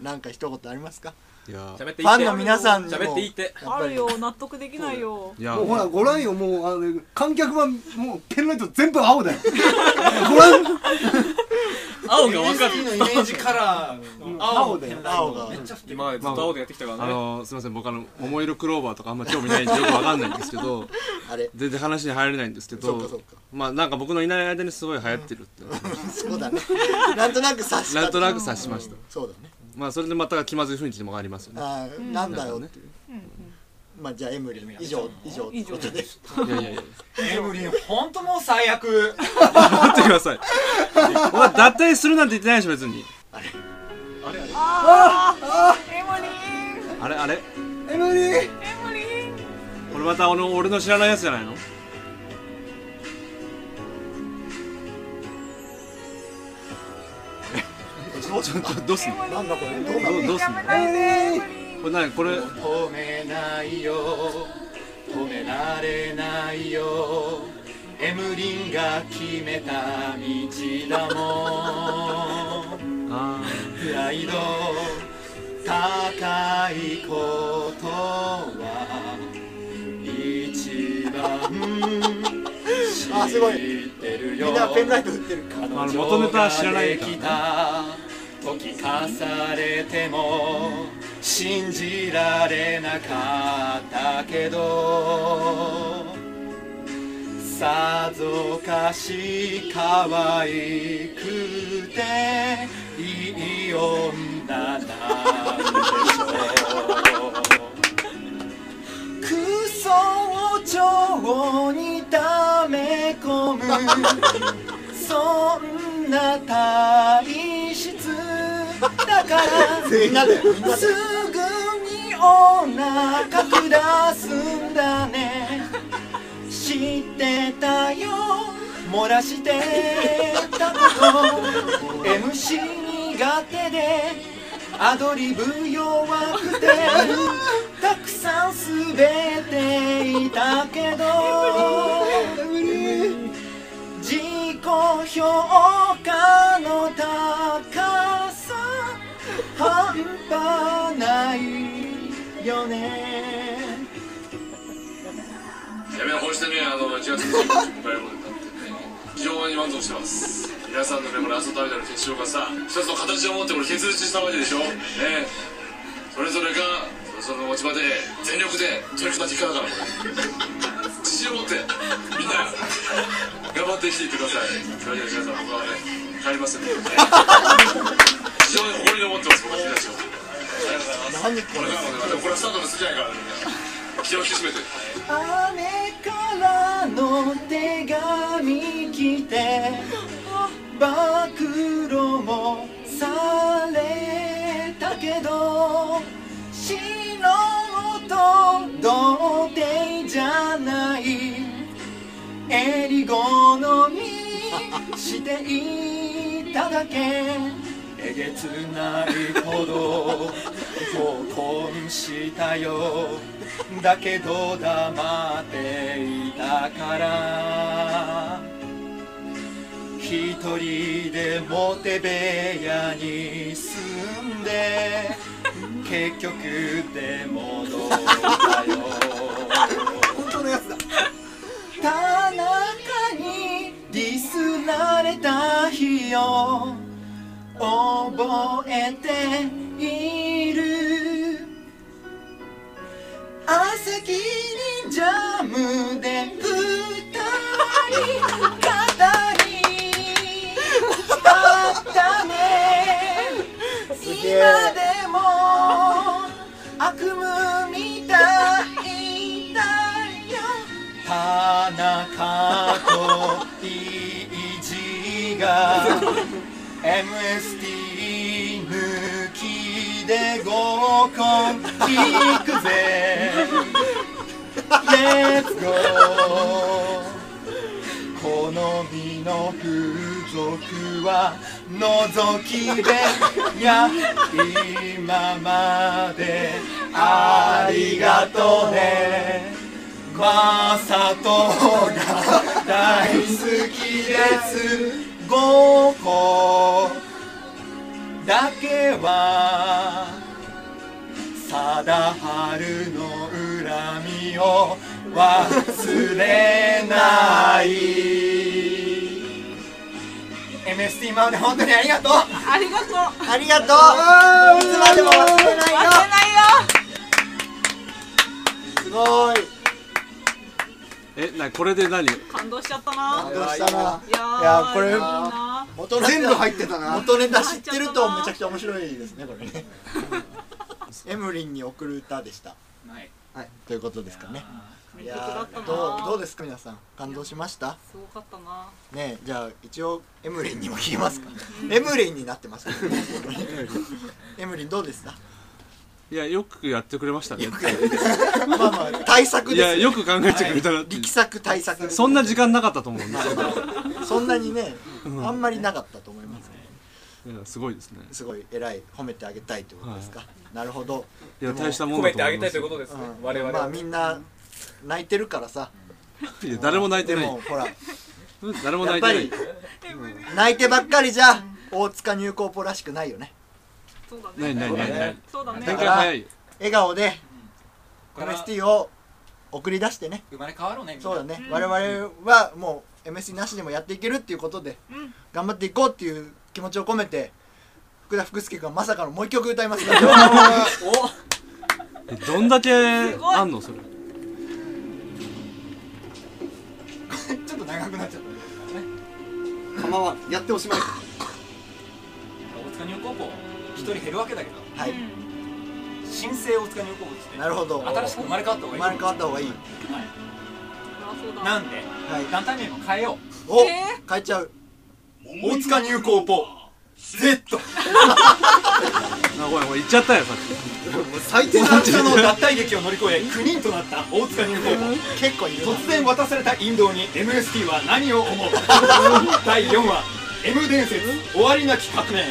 [SPEAKER 1] なんか一言ありますか
[SPEAKER 8] いや
[SPEAKER 9] 喋って
[SPEAKER 1] フ
[SPEAKER 9] いいっ
[SPEAKER 1] ァン
[SPEAKER 9] て
[SPEAKER 1] の皆さんにも
[SPEAKER 9] 喋っていいって
[SPEAKER 1] やっ
[SPEAKER 3] あ
[SPEAKER 1] ぱ
[SPEAKER 3] る
[SPEAKER 1] り
[SPEAKER 3] よ納得できないよ
[SPEAKER 9] いや
[SPEAKER 2] もうほらご覧よもうあの観客はもうペンライト全部青だよご覧
[SPEAKER 8] 青が分かる
[SPEAKER 6] MST のイメージカラーの青で
[SPEAKER 1] 青が
[SPEAKER 6] めっちゃ降ってる
[SPEAKER 9] 今までずっと青でやってきたから
[SPEAKER 8] あ
[SPEAKER 9] ね、
[SPEAKER 8] のすみません僕あの桃色クローバーとかあんま興味ないんでよくわかんないんですけど
[SPEAKER 1] あれ
[SPEAKER 8] 全然話に入れないんですけ
[SPEAKER 1] そうかそう
[SPEAKER 8] ど
[SPEAKER 1] か
[SPEAKER 8] まあなんか僕のいない間にすごい流行ってるって
[SPEAKER 1] そうだねなんとなく察した
[SPEAKER 8] なんとなく察しました
[SPEAKER 1] そうだね
[SPEAKER 8] まあそれでまた気まずい雰囲気でもありますよね
[SPEAKER 1] あーなんだよっていう
[SPEAKER 3] うんうん
[SPEAKER 1] まあじゃあエムリン以上以上ってことで
[SPEAKER 8] いやいやいや
[SPEAKER 6] エムリン本当もう最悪
[SPEAKER 8] 待ってくださいお前脱退するなんて言ってないでしょ別に
[SPEAKER 6] あれあれ
[SPEAKER 3] あーエムリン
[SPEAKER 8] あれあれ
[SPEAKER 2] エムリー
[SPEAKER 9] これまた俺の俺の知らないやつじゃないのえ ちょちょちょどうすんの
[SPEAKER 1] なんだこれ
[SPEAKER 9] どうどうすんの
[SPEAKER 2] エムリー
[SPEAKER 9] これ何これ
[SPEAKER 6] 止めないよ止められないよエムリンが決めた道だもん
[SPEAKER 9] あ
[SPEAKER 6] プライド高いことは一番
[SPEAKER 1] あすごい
[SPEAKER 6] 知ってるよ
[SPEAKER 1] みんなペンライト振ってる
[SPEAKER 6] 彼
[SPEAKER 9] まあ元ネ
[SPEAKER 6] 女
[SPEAKER 9] タは
[SPEAKER 6] が
[SPEAKER 9] 知らない
[SPEAKER 6] で
[SPEAKER 9] か
[SPEAKER 6] きた時かされても信じられなかったけどさぞかし可愛くていい女なんでし ょうクソを情に溜め込むそんな体質だから
[SPEAKER 1] みんなです
[SPEAKER 6] ぐにお腹下すんだね知ってたよ漏らしてたこと MC 苦手でアドリブ弱くてたくさん滑っていたけど自己評価の高さ半端ないよね
[SPEAKER 10] やめろこうしてねあの1月28日迎えることになってね非常に満足してます皆さんのねこれ朝食べたの結晶がさ一つの形を持ってこれ結実したわけでしょねそれぞれがそれぞれの持ち場で全力で取り組んだ結果だからこれ自信を持ってみんな頑張って生きていってくださいそれでは皆さん僕はね帰りますんで、ね、非常に誇りに思ってます僕は君たちをありがとうございますこれからもねまたこれはスタートの筋合いからね気を引き締めて
[SPEAKER 6] 雨からの手紙来て暴露もされたけど素人童貞じゃないえり好みしていただけえげつないほど合コンしたよだけど黙っていたから一人でモテ部屋に住んで結局出戻ったよ
[SPEAKER 2] 本当のやつだ
[SPEAKER 6] 田中にディスられた日を覚えている朝霧にジャムで二人肩にあったね今でも悪夢みたいだよ田中とイージーが MST 抜きで合コン行くぜ Let's go 好みの風俗は覗きでや今までありがとうねマサトが大好きです5個だけは貞治の恨みを忘れない MST マウで本当にありがとう
[SPEAKER 3] ありがとう忘
[SPEAKER 1] ありがとういつまでも忘れないよ
[SPEAKER 3] れないよ
[SPEAKER 1] すごい
[SPEAKER 9] えなこれで何
[SPEAKER 3] 感動しちゃったな
[SPEAKER 1] 感動したない
[SPEAKER 3] やー
[SPEAKER 1] いやーこれ
[SPEAKER 3] いいな
[SPEAKER 1] 元ネタ
[SPEAKER 2] 全部入ってたな
[SPEAKER 1] 元ネタ知ってるとめちゃくちゃ面白いですねこれねエムリンに送る歌でした
[SPEAKER 6] はい
[SPEAKER 1] ということですかねいや
[SPEAKER 3] だっ
[SPEAKER 1] ー
[SPEAKER 3] たな
[SPEAKER 1] どうどうですか皆さん感動しました
[SPEAKER 3] すごかったな
[SPEAKER 1] ねえじゃあ一応エムリンにも聞きますかエムリンになってますけどねエムリンどうでした
[SPEAKER 9] いやよくやってくれましたね
[SPEAKER 1] まあまあ対策
[SPEAKER 9] い
[SPEAKER 1] です
[SPEAKER 9] や
[SPEAKER 1] よ
[SPEAKER 9] よく考えてくれたなって
[SPEAKER 1] 力作対策です
[SPEAKER 9] そんな時間なかったと思うんですよ
[SPEAKER 1] そんなにねあんまりなかったと思います
[SPEAKER 9] いやすごいですね
[SPEAKER 1] すごい偉い褒めてあげたいってことですか、なるほど
[SPEAKER 9] いや大したもん
[SPEAKER 8] 褒
[SPEAKER 9] だ
[SPEAKER 8] め
[SPEAKER 9] と
[SPEAKER 8] てあ
[SPEAKER 9] 思
[SPEAKER 8] げ
[SPEAKER 9] いま
[SPEAKER 8] たい
[SPEAKER 9] す
[SPEAKER 8] というこ
[SPEAKER 9] よ
[SPEAKER 8] とですね、
[SPEAKER 1] うん
[SPEAKER 8] 我々
[SPEAKER 1] ま
[SPEAKER 8] は、
[SPEAKER 1] あみんな泣いてるからさ
[SPEAKER 9] いや誰も泣いてな
[SPEAKER 1] で
[SPEAKER 9] い
[SPEAKER 1] もほら
[SPEAKER 9] うん誰も
[SPEAKER 1] や
[SPEAKER 9] 泣
[SPEAKER 1] っ
[SPEAKER 9] いて
[SPEAKER 1] ぱ
[SPEAKER 9] ない
[SPEAKER 1] り泣いてばっかりじゃ大塚入高ポらしくないよね
[SPEAKER 3] そうだ
[SPEAKER 9] ない
[SPEAKER 3] ね
[SPEAKER 9] ないないない
[SPEAKER 3] そうだね
[SPEAKER 9] 展開早い
[SPEAKER 1] 笑顔で
[SPEAKER 6] これは
[SPEAKER 1] MST を送り出してね
[SPEAKER 6] 生まれ変わろうねみんな
[SPEAKER 1] そうだね、我々はもう MST なしでもやっていけるっていうことで、頑張っていこうっていう気持ちを込めて福田福介がまさかのもう一曲歌い ますから
[SPEAKER 9] えどんだけあんのそれ
[SPEAKER 6] ちょっと長くなっちゃった
[SPEAKER 2] 構わんやっておしまい
[SPEAKER 6] 大塚入高校一人減るわけだけど
[SPEAKER 1] はい、
[SPEAKER 6] 新生大塚入高校ですね
[SPEAKER 1] なるほど
[SPEAKER 6] 新しく生まれ変わった方
[SPEAKER 1] 生
[SPEAKER 6] がいい
[SPEAKER 1] まれ変わった方がいい
[SPEAKER 3] あそうだ
[SPEAKER 6] なんで、
[SPEAKER 1] い
[SPEAKER 6] 団体名も変えよ
[SPEAKER 1] お、変えちゃう
[SPEAKER 6] う大塚入高校 Z
[SPEAKER 9] あごめんごめん言っちゃったよさっき
[SPEAKER 2] 最低
[SPEAKER 6] 大
[SPEAKER 2] な
[SPEAKER 6] 塚の脱退劇を乗り越え9人となった大塚入高校
[SPEAKER 1] 結構言うな
[SPEAKER 6] 突然渡された引導に MST は何を思う第4話 M 伝説終わりなき革命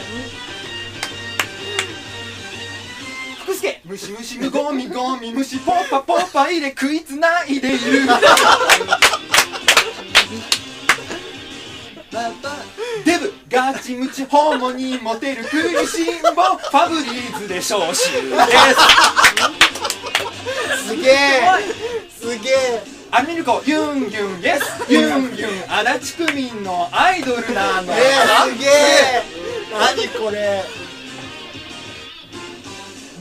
[SPEAKER 6] 福助ムシムシムゴミゴミムシポッパポッパイで食いつないでいるデブガチムチホモにモテる食いしん坊ファブリーズで召集です
[SPEAKER 1] すげえすげえ
[SPEAKER 6] アミルコユンユンですユンユン足立区民のアイドルなの
[SPEAKER 1] えー、すげえ何これ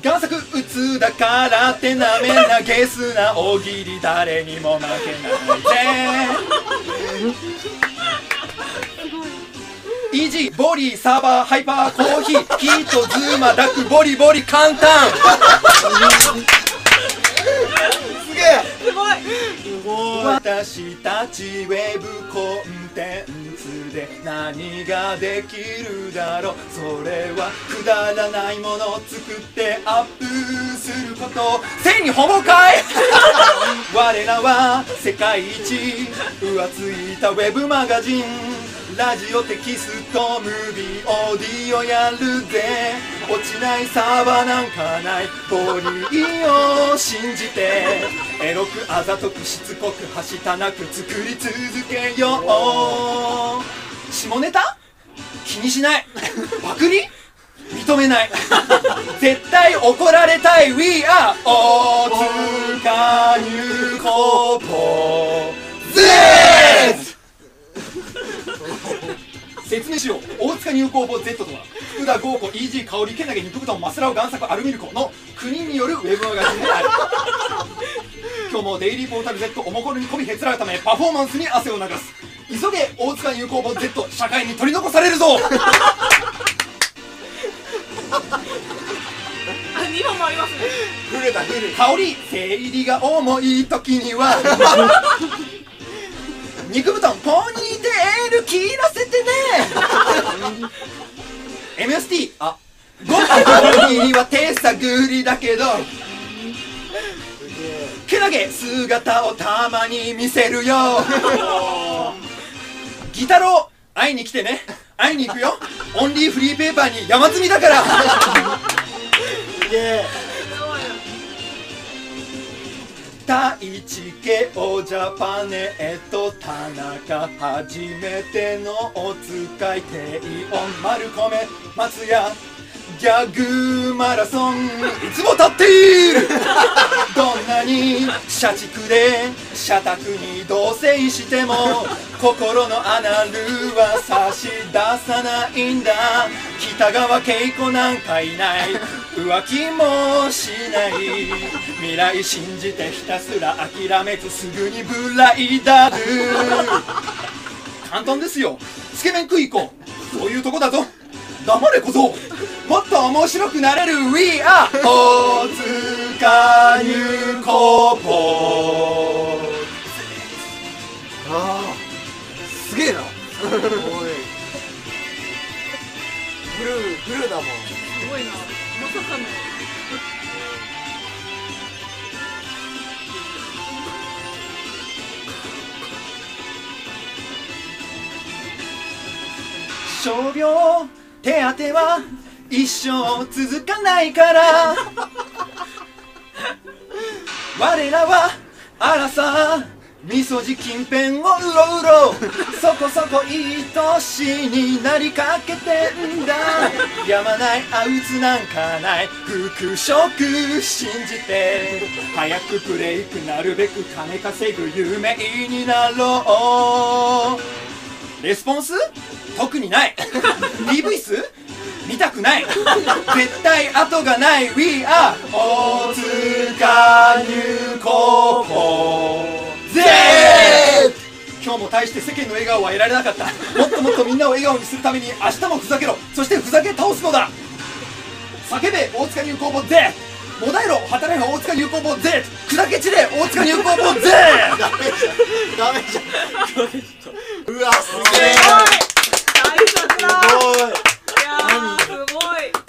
[SPEAKER 6] 贋作うつだからってなめなゲスな大喜利誰にも負けないでイージーボリーサーバーハイパーコーヒーヒートズーマダックボリボリ簡単
[SPEAKER 1] すげえ
[SPEAKER 6] 私たちウェブコンテンツで何ができるだろうそれはくだらないものを作ってアップすることせいにほぼかい我らは世界一浮ついたウェブマガジンラジオテキストムービーオーディオやるぜ落ちないサーバーなんかないポリを信じてエロくあざとくしつこくはしたなく作り続けよう下ネタ気にしないパクリ認めない絶対怒られたい We are 大塚入高校 Z 説明しよう大塚入高校 Z とは福田豪子イージー香織けなげ肉豚マスラオ贋作アルミルコの9人によるウェブマガジンである今日もデイリーポータル Z おもころに込みへつらうためパフォーマンスに汗を流す急げ大塚入高校 Z 社会に取り残されるぞ
[SPEAKER 3] 2本もありますね
[SPEAKER 1] 触れた触れ
[SPEAKER 6] 香り生理が重い時 には肉布団ポニーテール切らせてね MST あご飯のには手探りだけどけなげ姿をたまに見せるよギタロウ会いに来てね会いに行くよオンリーフリーペーパーに山積みだから
[SPEAKER 1] すげえ
[SPEAKER 6] 太一慶応ジャパネット田中初めてのお使い低音丸米松屋ギャグマラソンいつも立っているどんなに社畜で社宅に同棲しても心のアナルは差し出さないんだ北川景子なんかいない浮気もしない未来信じてひたすら諦めずすぐにブライダル簡単ですよつけ麺食い行こうそういうとこだぞ黙れ小僧もっと面白くなれる We are 大塚入高校
[SPEAKER 1] ああすげえなおいブルーブルーだもん
[SPEAKER 3] すごいなまさかの
[SPEAKER 6] 傷病手当ては一生続かないから 我らはあらさみそじ近辺をうろうろそこそこいい年になりかけてんだやまないあうつなんかない復職信じて早くブレイクなるべく金稼ぐ有名になろうレスポンス特にない DV 数見たくない絶対後がない We are 大塚入高校 Z 今日も大して世間の笑顔は得られなかったもっともっとみんなを笑顔にするために明日もふざけろそしてふざけ倒すのだ叫べ大塚入高校 Z もだえろ働け大塚入高校 Z 砕け散れ大塚入高校 Z
[SPEAKER 1] ダメじゃんうわすげえ
[SPEAKER 3] 大作だ
[SPEAKER 1] すごい
[SPEAKER 3] いやーす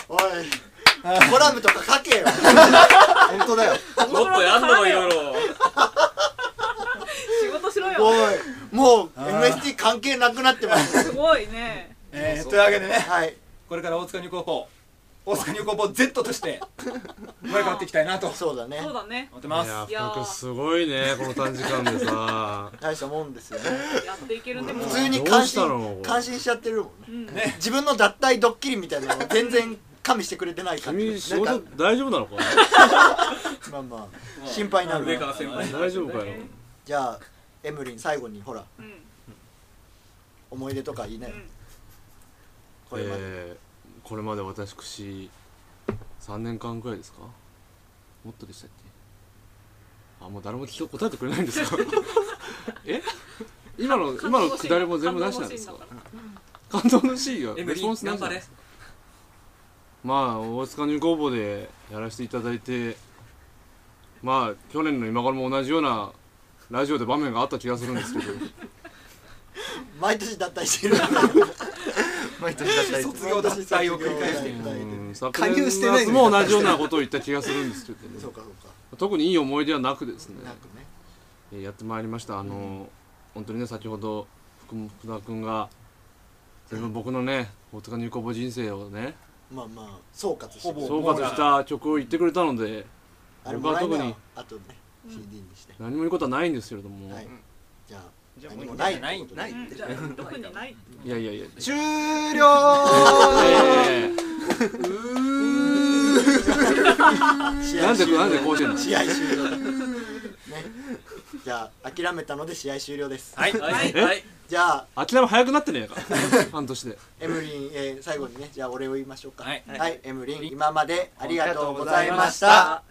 [SPEAKER 3] ご
[SPEAKER 1] おいコラムとか書けよ本当だよ
[SPEAKER 8] もっとやんのがいろいろ
[SPEAKER 3] い仕事しろよ
[SPEAKER 1] おいもう MST 関係なくなってます
[SPEAKER 3] すごいね
[SPEAKER 6] えー、というわけでね
[SPEAKER 1] はい
[SPEAKER 6] これから大塚入高校大塚入高校 Z として生まれ変わっていきたいなと
[SPEAKER 1] そうだね
[SPEAKER 3] そうだね
[SPEAKER 6] 思ってます
[SPEAKER 9] や
[SPEAKER 3] いやー
[SPEAKER 9] 福君すごいねこの短時間でさ
[SPEAKER 1] 大したもんですよね
[SPEAKER 3] やっていけるでも
[SPEAKER 1] 普通に
[SPEAKER 9] どう
[SPEAKER 1] 感
[SPEAKER 9] したの
[SPEAKER 1] 心感心しちゃってるもんね
[SPEAKER 3] うん
[SPEAKER 6] ね
[SPEAKER 1] 自分の脱退ドッキリみたいなのを全然加味してくれてない感じ
[SPEAKER 9] 君仕
[SPEAKER 1] なん
[SPEAKER 9] 事
[SPEAKER 1] か
[SPEAKER 9] 大丈夫なのか
[SPEAKER 1] まあまあ心配になる
[SPEAKER 8] 上か
[SPEAKER 1] わ
[SPEAKER 8] ら先輩
[SPEAKER 9] 大丈夫かよ
[SPEAKER 1] じゃあエムリン最後にほら
[SPEAKER 3] うん
[SPEAKER 1] 思い出とかいいね
[SPEAKER 3] うん
[SPEAKER 1] これまで
[SPEAKER 9] えーこれまで私3年間くらいですかもっとでしたっけあもう誰も聞こ答えてくれないんです かえ今の今のくだりも全部出したんですか感動のシーンが
[SPEAKER 8] エム
[SPEAKER 9] レ
[SPEAKER 8] リ
[SPEAKER 9] スポンス
[SPEAKER 8] ー
[SPEAKER 9] な
[SPEAKER 8] 頑
[SPEAKER 9] いじゃ
[SPEAKER 8] 張
[SPEAKER 9] ん
[SPEAKER 8] れ
[SPEAKER 9] まあ大塚入高校でやらせていただいてまあ去年の今頃も同じようなラジオで場面があった気がするん ですけど
[SPEAKER 1] 毎年脱退してる毎年脱退
[SPEAKER 6] 卒業脱退を繰り返している
[SPEAKER 1] 毎年脱退で
[SPEAKER 9] うん昨
[SPEAKER 1] 加
[SPEAKER 9] 年
[SPEAKER 1] 入してないのに
[SPEAKER 9] 夏も同じようなことを言った気がするんですけど、
[SPEAKER 1] そうかそうか
[SPEAKER 9] 特にいい思い出はなくですね
[SPEAKER 1] なんかね
[SPEAKER 9] えーやってまいりましたあのー、本当にね先ほど福福田君が全部僕のね大塚入高校人生をね
[SPEAKER 1] まあまあ総括して
[SPEAKER 6] ほぼ
[SPEAKER 9] 総括した曲を言ってくれたので
[SPEAKER 1] あれ
[SPEAKER 9] 僕
[SPEAKER 1] も
[SPEAKER 9] は
[SPEAKER 1] らえ
[SPEAKER 9] 特
[SPEAKER 1] な
[SPEAKER 9] に
[SPEAKER 1] いあとね CD にして
[SPEAKER 9] 何も言うことはないんですけれども、
[SPEAKER 1] はい
[SPEAKER 9] い、
[SPEAKER 1] じゃあ
[SPEAKER 6] じゃあ
[SPEAKER 1] 何も
[SPEAKER 6] もう
[SPEAKER 1] な
[SPEAKER 6] ないいない
[SPEAKER 1] ない
[SPEAKER 3] うんじゃあ特にない
[SPEAKER 9] やいやいや
[SPEAKER 1] 終了
[SPEAKER 9] えー、なんでなんでこうしてんの
[SPEAKER 1] 試合終了だねじゃあ諦めたので試合終了です
[SPEAKER 6] はい
[SPEAKER 8] はいはい
[SPEAKER 1] じゃあ
[SPEAKER 9] 諦め早くなってねえ か半年で
[SPEAKER 1] エムリン、えー最後にねじゃあお礼を言いましょうか
[SPEAKER 6] はい
[SPEAKER 1] エムリン今までありがとうございまし
[SPEAKER 6] ありがとうございました